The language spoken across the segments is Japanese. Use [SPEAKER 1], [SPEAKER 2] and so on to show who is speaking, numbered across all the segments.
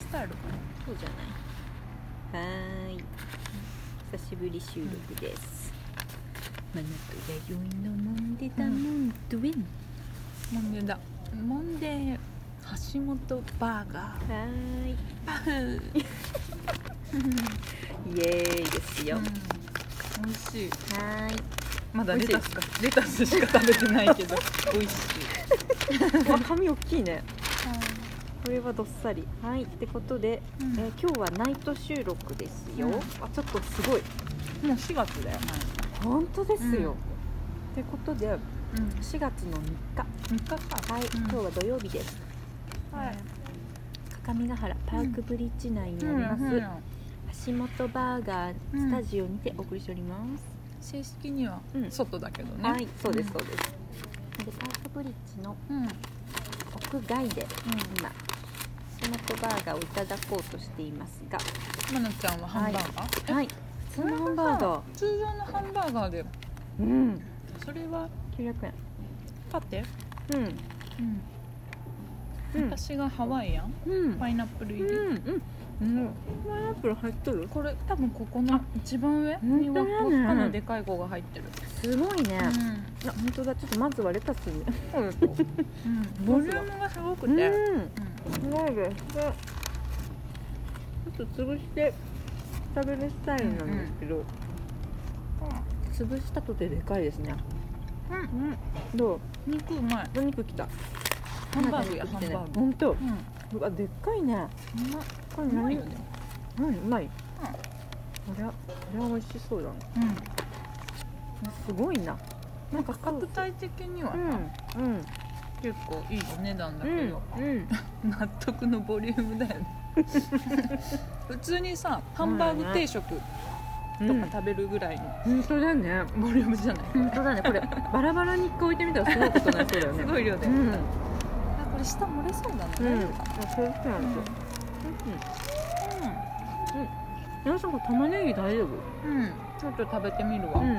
[SPEAKER 1] 帰るかなそうじゃないはーい久しぶり収録です、マナと弥生のもんでだもんどえん
[SPEAKER 2] モンデーだモンデー橋本バーガー
[SPEAKER 1] はーい
[SPEAKER 2] パフー
[SPEAKER 1] イエーイですよ、
[SPEAKER 2] うん
[SPEAKER 1] は
[SPEAKER 2] 美味しい
[SPEAKER 1] ーい
[SPEAKER 2] まだ
[SPEAKER 1] 美
[SPEAKER 2] レ
[SPEAKER 1] 味しい
[SPEAKER 2] タスかレタスしか食べてないけど美味しい
[SPEAKER 1] わ髪大きいねこれはどっさりはいってことで、
[SPEAKER 2] うん
[SPEAKER 1] えー今日はナイト収録ですよ、
[SPEAKER 2] うん
[SPEAKER 1] あちょっとすごい
[SPEAKER 2] もう4月だよ
[SPEAKER 1] 本当です
[SPEAKER 2] う
[SPEAKER 1] よ、
[SPEAKER 2] ん
[SPEAKER 1] ってことで
[SPEAKER 2] うん
[SPEAKER 1] 4月の3日
[SPEAKER 2] 3日か
[SPEAKER 1] はい、
[SPEAKER 2] うん
[SPEAKER 1] 今日は土曜日です
[SPEAKER 2] はい
[SPEAKER 1] 各務原パークブリッジ内にあります、
[SPEAKER 2] うんうん
[SPEAKER 1] 橋本バーガー
[SPEAKER 2] うん
[SPEAKER 1] スタジオにてお送りしております、
[SPEAKER 2] 正式には
[SPEAKER 1] うん
[SPEAKER 2] 外だけどね
[SPEAKER 1] はいそうです
[SPEAKER 2] ん
[SPEAKER 1] そうです、でパークブリッジの
[SPEAKER 2] うんうん
[SPEAKER 1] 屋外で今橋本バーガーをいただこうとしていますが
[SPEAKER 2] まなちゃんはハンバーガー
[SPEAKER 1] はい普通のハンバーガー
[SPEAKER 2] 通常のハンバーガーで
[SPEAKER 1] うん
[SPEAKER 2] それは
[SPEAKER 1] 900円
[SPEAKER 2] パテ
[SPEAKER 1] うん
[SPEAKER 2] うん
[SPEAKER 1] うん
[SPEAKER 2] 私がハワイアン
[SPEAKER 1] うん
[SPEAKER 2] パイナップル入り
[SPEAKER 1] うんうんパイナップル入っとる
[SPEAKER 2] これ多分ここの一番上に輪っ
[SPEAKER 1] 本当だね
[SPEAKER 2] かのでかい子が入ってる、
[SPEAKER 1] すごいね
[SPEAKER 2] うん
[SPEAKER 1] あ本当だちょっとまずはレタスに
[SPEAKER 2] うんボリュームがすごくて、
[SPEAKER 1] うん
[SPEAKER 2] うん
[SPEAKER 1] すごいですちょっと潰して食べるスタイルなんですけど、潰したとてでかいですね
[SPEAKER 2] うん
[SPEAKER 1] うんどう
[SPEAKER 2] 肉うまい
[SPEAKER 1] お肉きた
[SPEAKER 2] ハンバーグやハ
[SPEAKER 1] ま
[SPEAKER 2] ン
[SPEAKER 1] だ肉来てない
[SPEAKER 2] バーグ
[SPEAKER 1] 本当
[SPEAKER 2] うん
[SPEAKER 1] うわでっかいね
[SPEAKER 2] うま
[SPEAKER 1] これ
[SPEAKER 2] うま
[SPEAKER 1] 何
[SPEAKER 2] いよね
[SPEAKER 1] うんうまい、これはこれは美味しそうだな
[SPEAKER 2] うん
[SPEAKER 1] すごいななんか
[SPEAKER 2] 価格帯的には
[SPEAKER 1] うんうん
[SPEAKER 2] 結構いいお値段だ
[SPEAKER 1] う
[SPEAKER 2] け
[SPEAKER 1] ん
[SPEAKER 2] ど、
[SPEAKER 1] うん
[SPEAKER 2] 納得のボリュームだ よね普通にさハンバーグ定食とか食べるぐらいの
[SPEAKER 1] 本当だね
[SPEAKER 2] ボリュームじゃない、
[SPEAKER 1] 本当だねこれバラバラに一個置いてみたらすごいことになりそうだよね
[SPEAKER 2] すごい量だよ
[SPEAKER 1] う
[SPEAKER 2] ね
[SPEAKER 1] んうん
[SPEAKER 2] あこれ下漏れそうだな、
[SPEAKER 1] そう
[SPEAKER 2] 大丈夫か
[SPEAKER 1] そう
[SPEAKER 2] うん
[SPEAKER 1] なんですよ皆さんこれ玉ねぎ大丈夫
[SPEAKER 2] うん、うん、ちょっと食べてみるわ、
[SPEAKER 1] ん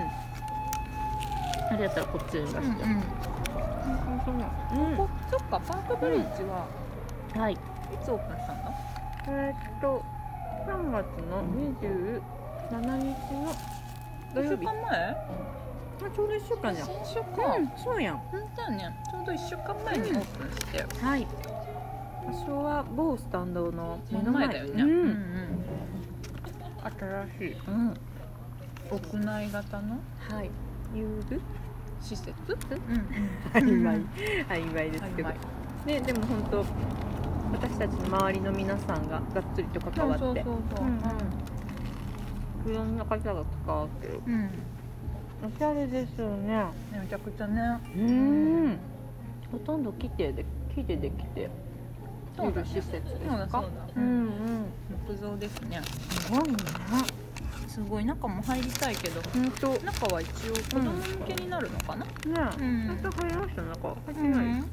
[SPEAKER 1] あれやったらこっちに出して
[SPEAKER 2] うんうん
[SPEAKER 1] うん
[SPEAKER 2] こそっかパークブリッジは
[SPEAKER 1] はい
[SPEAKER 2] いつオープンしたの
[SPEAKER 1] えーっと3月の27日の土
[SPEAKER 2] 1週
[SPEAKER 1] 曜日
[SPEAKER 2] 間前
[SPEAKER 1] あちょうど1週間じゃん
[SPEAKER 2] 先週か、うん、
[SPEAKER 1] そうやん
[SPEAKER 2] 本当だよねちょうど1週間前にオープンして、
[SPEAKER 1] はい場所は某スタンドの目
[SPEAKER 2] 目
[SPEAKER 1] の
[SPEAKER 2] の
[SPEAKER 1] 前
[SPEAKER 2] 前だよね、
[SPEAKER 1] う
[SPEAKER 2] うん
[SPEAKER 1] ん
[SPEAKER 2] うん新しい
[SPEAKER 1] うん
[SPEAKER 2] 屋内型の
[SPEAKER 1] はい遊具
[SPEAKER 2] 施設うん
[SPEAKER 1] 曖昧曖昧ですけ
[SPEAKER 2] 曖
[SPEAKER 1] ど
[SPEAKER 2] 昧
[SPEAKER 1] ねでも本当私たちの周りの皆さんががっつりと関
[SPEAKER 2] そ
[SPEAKER 1] わ
[SPEAKER 2] う
[SPEAKER 1] って
[SPEAKER 2] そうそうそう
[SPEAKER 1] うんいろんな方が関わってる
[SPEAKER 2] うん、うん、
[SPEAKER 1] おしゃれですよね
[SPEAKER 2] めちゃくちゃね
[SPEAKER 1] うんほとんど木でで木でできて
[SPEAKER 2] そう
[SPEAKER 1] い
[SPEAKER 2] だ
[SPEAKER 1] る
[SPEAKER 2] ね
[SPEAKER 1] 施設です
[SPEAKER 2] そうだそ
[SPEAKER 1] か
[SPEAKER 2] うだ、
[SPEAKER 1] う、んうん
[SPEAKER 2] 木造ですね
[SPEAKER 1] すごいね
[SPEAKER 2] すごい中も入りたいけど
[SPEAKER 1] 本当ね
[SPEAKER 2] 中は一応子供向けになるのかな、うん
[SPEAKER 1] 本当入りましたなんか入ってな
[SPEAKER 2] う
[SPEAKER 1] い
[SPEAKER 2] ん
[SPEAKER 1] うんうん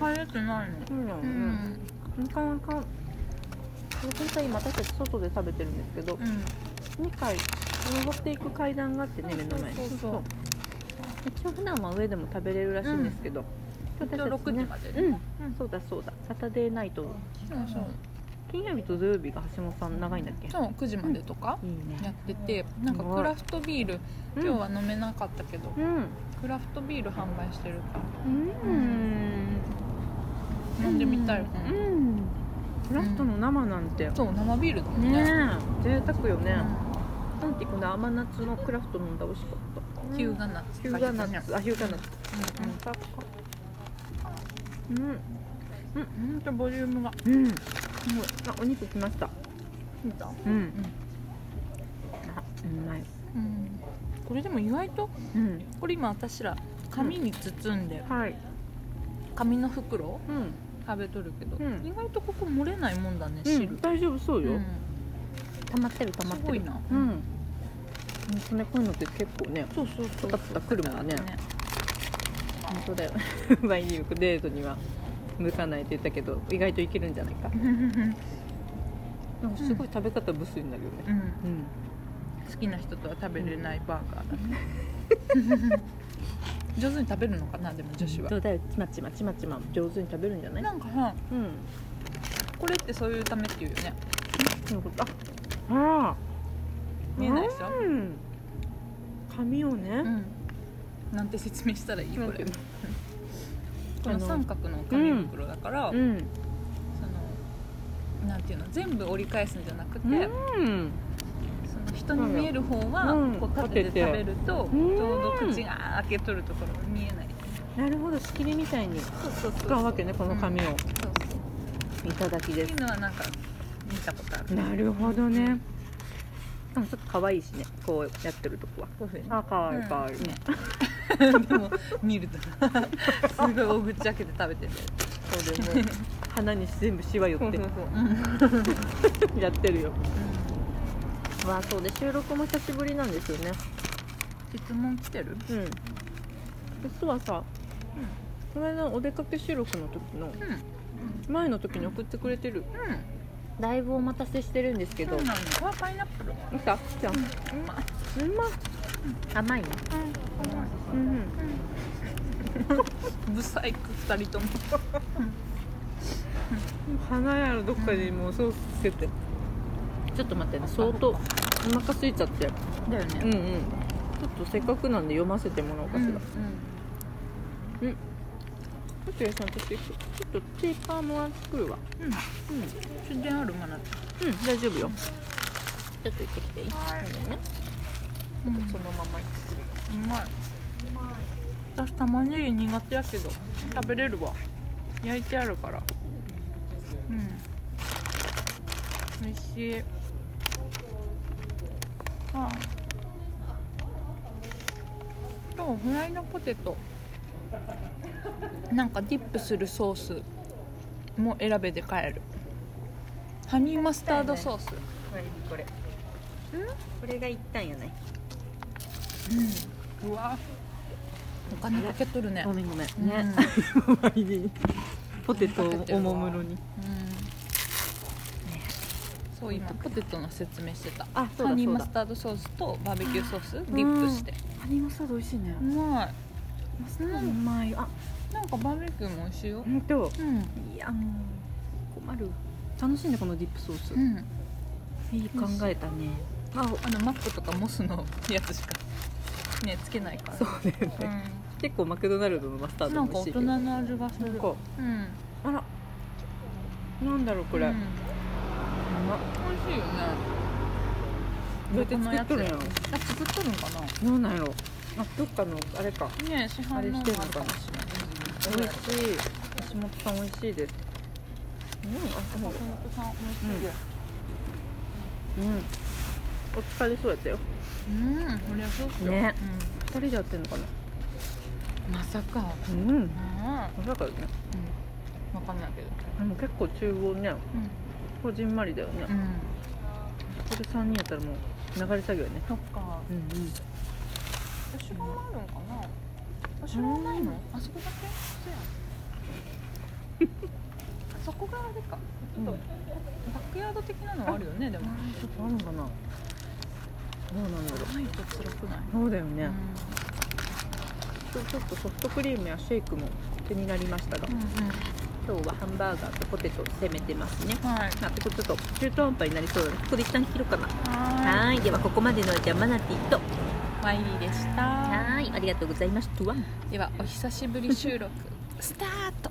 [SPEAKER 2] 入れてないの
[SPEAKER 1] そうなの
[SPEAKER 2] う
[SPEAKER 1] ね
[SPEAKER 2] ん
[SPEAKER 1] なかなか本当は今私たち外で食べてるんですけど
[SPEAKER 2] うん
[SPEAKER 1] 2階登っていく階段があってね目の前に
[SPEAKER 2] そうそうそう
[SPEAKER 1] そう一応普段は上でも食べれるらしいんですけど、
[SPEAKER 2] うん
[SPEAKER 1] 今日私たち
[SPEAKER 2] 一応6
[SPEAKER 1] ね
[SPEAKER 2] 時までね
[SPEAKER 1] うん、
[SPEAKER 2] うん
[SPEAKER 1] そうだそうだサタデーナイト
[SPEAKER 2] そうそう
[SPEAKER 1] 金曜日と土曜日が橋本さん長いんだっけい
[SPEAKER 2] そう9時までとか
[SPEAKER 1] い
[SPEAKER 2] やって
[SPEAKER 1] ね
[SPEAKER 2] てなんかクラフトビール今日は飲めなかったけど
[SPEAKER 1] うん
[SPEAKER 2] クラフトビール販売してるか
[SPEAKER 1] うん、うん
[SPEAKER 2] ら飲んでみたいよ
[SPEAKER 1] う
[SPEAKER 2] ね
[SPEAKER 1] んクラフトの生なんて、
[SPEAKER 2] そう生ビールだもんね
[SPEAKER 1] ねえ贅沢よね、
[SPEAKER 2] う
[SPEAKER 1] なんてこの甘夏のクラフト飲んだ美味しかった
[SPEAKER 2] んヒューガナッツ
[SPEAKER 1] ヒューガナッツあヒューガナッツ
[SPEAKER 2] うんうん
[SPEAKER 1] うん
[SPEAKER 2] ほんとボリュームが
[SPEAKER 1] うん、すごい。あ、お肉きました。
[SPEAKER 2] 見た
[SPEAKER 1] うん。あ、うまい。
[SPEAKER 2] うんこれでも意外と
[SPEAKER 1] うん。
[SPEAKER 2] これ今私ら紙に包んで
[SPEAKER 1] はい。
[SPEAKER 2] 紙の袋を
[SPEAKER 1] うん。
[SPEAKER 2] 食べとるけど
[SPEAKER 1] うん
[SPEAKER 2] 意外とここ漏れないもんだね
[SPEAKER 1] う
[SPEAKER 2] 汁
[SPEAKER 1] ん、大丈夫そうよ。
[SPEAKER 2] うん
[SPEAKER 1] 溜まってる溜
[SPEAKER 2] すごい。な
[SPEAKER 1] うん。爪こういうのって結構ね、
[SPEAKER 2] そうそうそ
[SPEAKER 1] パ
[SPEAKER 2] う
[SPEAKER 1] タパタくるもんね。本当だよ。 ワインミルクデートには向かないって言ったけど、意外といけるんじゃないか。
[SPEAKER 2] ね
[SPEAKER 1] なんかすごい食べ方無粋になるよね。
[SPEAKER 2] うん
[SPEAKER 1] うん。
[SPEAKER 2] 好きな人とは食べれないバーガーだね 上手に食べるのかなでも女子は
[SPEAKER 1] どうだよ。ちまちまちまちま上手に食べるんじゃない？
[SPEAKER 2] なんかさ
[SPEAKER 1] うん。
[SPEAKER 2] これってそういうためっていうよね
[SPEAKER 1] そういうことああ
[SPEAKER 2] 見えないでしょ
[SPEAKER 1] うん紙をね、
[SPEAKER 2] うんなんて説明したらいいこれこ
[SPEAKER 1] あ
[SPEAKER 2] の
[SPEAKER 1] の
[SPEAKER 2] 三角の紙袋だから、
[SPEAKER 1] うん
[SPEAKER 2] そのなんていうの全部折り返すんじゃなくて、
[SPEAKER 1] うん
[SPEAKER 2] その人に見える方は、
[SPEAKER 1] うん
[SPEAKER 2] こう立て
[SPEAKER 1] 立
[SPEAKER 2] て
[SPEAKER 1] てて
[SPEAKER 2] 食べると、
[SPEAKER 1] うん
[SPEAKER 2] ちょうど口が開けとるところが見えない
[SPEAKER 1] なるほど仕切りみたいに
[SPEAKER 2] そうそうそう
[SPEAKER 1] 使うわけねこの紙を
[SPEAKER 2] そうそう
[SPEAKER 1] いただきで
[SPEAKER 2] って
[SPEAKER 1] す
[SPEAKER 2] い、うのはなんか見たことある
[SPEAKER 1] なるほどねしかもちょっと可愛いしねこうやってるとこは
[SPEAKER 2] そうですね
[SPEAKER 1] あ可愛
[SPEAKER 2] う
[SPEAKER 1] い
[SPEAKER 2] ん
[SPEAKER 1] 可愛いね、
[SPEAKER 2] ねでも見るとすごいお口開けて食べてて
[SPEAKER 1] そうでも鼻に全部しわ寄ってやってるよまあそうで収録も久しぶりなんですよね
[SPEAKER 2] 質問来てる
[SPEAKER 1] うん実はさ、この間のお出かけ収録の時の
[SPEAKER 2] うん
[SPEAKER 1] 前の時に送ってくれてるだいぶお待たせしてるんですけ
[SPEAKER 2] けどそ
[SPEAKER 1] ど
[SPEAKER 2] うなのわパイナップル
[SPEAKER 1] 見たじゃん
[SPEAKER 2] うま
[SPEAKER 1] うまっ甘いねうん
[SPEAKER 2] ブサイク二人とも
[SPEAKER 1] 花やらどっかでもうソースつけてちょっと待ってね相当お腹空いちゃって
[SPEAKER 2] だよ
[SPEAKER 1] うんうん
[SPEAKER 2] ね
[SPEAKER 1] ちょっとせっかくなんで読ませてもらおうかしら、
[SPEAKER 2] うん
[SPEAKER 1] ちょっとやさんとしてちょっとペーパーもらってくるわ
[SPEAKER 2] うん
[SPEAKER 1] うん
[SPEAKER 2] 全然あるマナ
[SPEAKER 1] うん大丈夫よちょっと行ってきていい、
[SPEAKER 2] はい
[SPEAKER 1] ね
[SPEAKER 2] うん
[SPEAKER 1] そのまま行ってくる
[SPEAKER 2] うまい私玉ねぎ苦手やけど食べれるわ焼いてあるからうん美味しいあとフライドポテトなんかディップするソースも選べて買えるハニーマスタードソース
[SPEAKER 1] これこれんこれが一旦よね
[SPEAKER 2] うんうわお金かけとるね
[SPEAKER 1] ごめんごめんね、
[SPEAKER 2] ね
[SPEAKER 1] 周りに ポテトをおもむろに
[SPEAKER 2] そう今ポテトの説明してた
[SPEAKER 1] あそうだ
[SPEAKER 2] ハニー
[SPEAKER 1] そう
[SPEAKER 2] マ
[SPEAKER 1] だ
[SPEAKER 2] スタードソースとバーベキューソースディップして
[SPEAKER 1] ハニーマスタード美味しいね
[SPEAKER 2] うまい
[SPEAKER 1] マスタードうまいあ
[SPEAKER 2] なんかバーベキューも美味しいよ
[SPEAKER 1] 本当
[SPEAKER 2] うん
[SPEAKER 1] いやもう困る楽しんでこのディップソース、
[SPEAKER 2] うん
[SPEAKER 1] いい考えたねあ
[SPEAKER 2] あのマックとかモスのやつしかねつけないから
[SPEAKER 1] そうだよね、
[SPEAKER 2] う
[SPEAKER 1] 結構マクドナルドのマスター
[SPEAKER 2] ん、な
[SPEAKER 1] ド
[SPEAKER 2] ん
[SPEAKER 1] も美
[SPEAKER 2] か大
[SPEAKER 1] 味しい
[SPEAKER 2] 人の味
[SPEAKER 1] けど
[SPEAKER 2] がする
[SPEAKER 1] なんか
[SPEAKER 2] うん
[SPEAKER 1] あらなんだろうこれ、
[SPEAKER 2] うん
[SPEAKER 1] う
[SPEAKER 2] 美
[SPEAKER 1] まっ
[SPEAKER 2] 味しいよね
[SPEAKER 1] どうやって作っとる
[SPEAKER 2] 大人のやつあ作っとる
[SPEAKER 1] んやろ
[SPEAKER 2] んかな
[SPEAKER 1] どうなんやろあどっかのあれか
[SPEAKER 2] ね市販のもあるかもしれない
[SPEAKER 1] 美味しい橋本さん美味しいですうんあでも
[SPEAKER 2] 本当さん美味しいよ
[SPEAKER 1] うんお疲れそうやったよ
[SPEAKER 2] うん、これはそうっすよ
[SPEAKER 1] ね二人でやってんのかな
[SPEAKER 2] うん、まさか
[SPEAKER 1] うん
[SPEAKER 2] あ
[SPEAKER 1] まさかよね
[SPEAKER 2] あ、わかんないけど
[SPEAKER 1] でも結構厨房ね
[SPEAKER 2] う
[SPEAKER 1] こじんまりだよね、
[SPEAKER 2] ん、うん、
[SPEAKER 1] これ三人やったらもう流れ作業やね
[SPEAKER 2] そっか
[SPEAKER 1] うんうん
[SPEAKER 2] お城もあるんかなお城はないの、あそこだけそうやあそこがあれかちょっと、
[SPEAKER 1] うん
[SPEAKER 2] バックヤード的なのはあるよねでも
[SPEAKER 1] ちょっとあるのかなどうなんだろう
[SPEAKER 2] ないと辛くない
[SPEAKER 1] そうだよね、
[SPEAKER 2] う
[SPEAKER 1] 今日ちょっとソフトクリームやシェイクも気になりましたが
[SPEAKER 2] ん、うん
[SPEAKER 1] 今日はハンバーガーとポテトを攻めてますね
[SPEAKER 2] うん、はい
[SPEAKER 1] あてこちょっと中途半端になりそうだねここで一旦切ろうかな
[SPEAKER 2] は
[SPEAKER 1] はいではここまでのじゃあマナティと
[SPEAKER 2] ーいワイリーでした
[SPEAKER 1] はいありがとうございました
[SPEAKER 2] ではお久しぶり収録スタート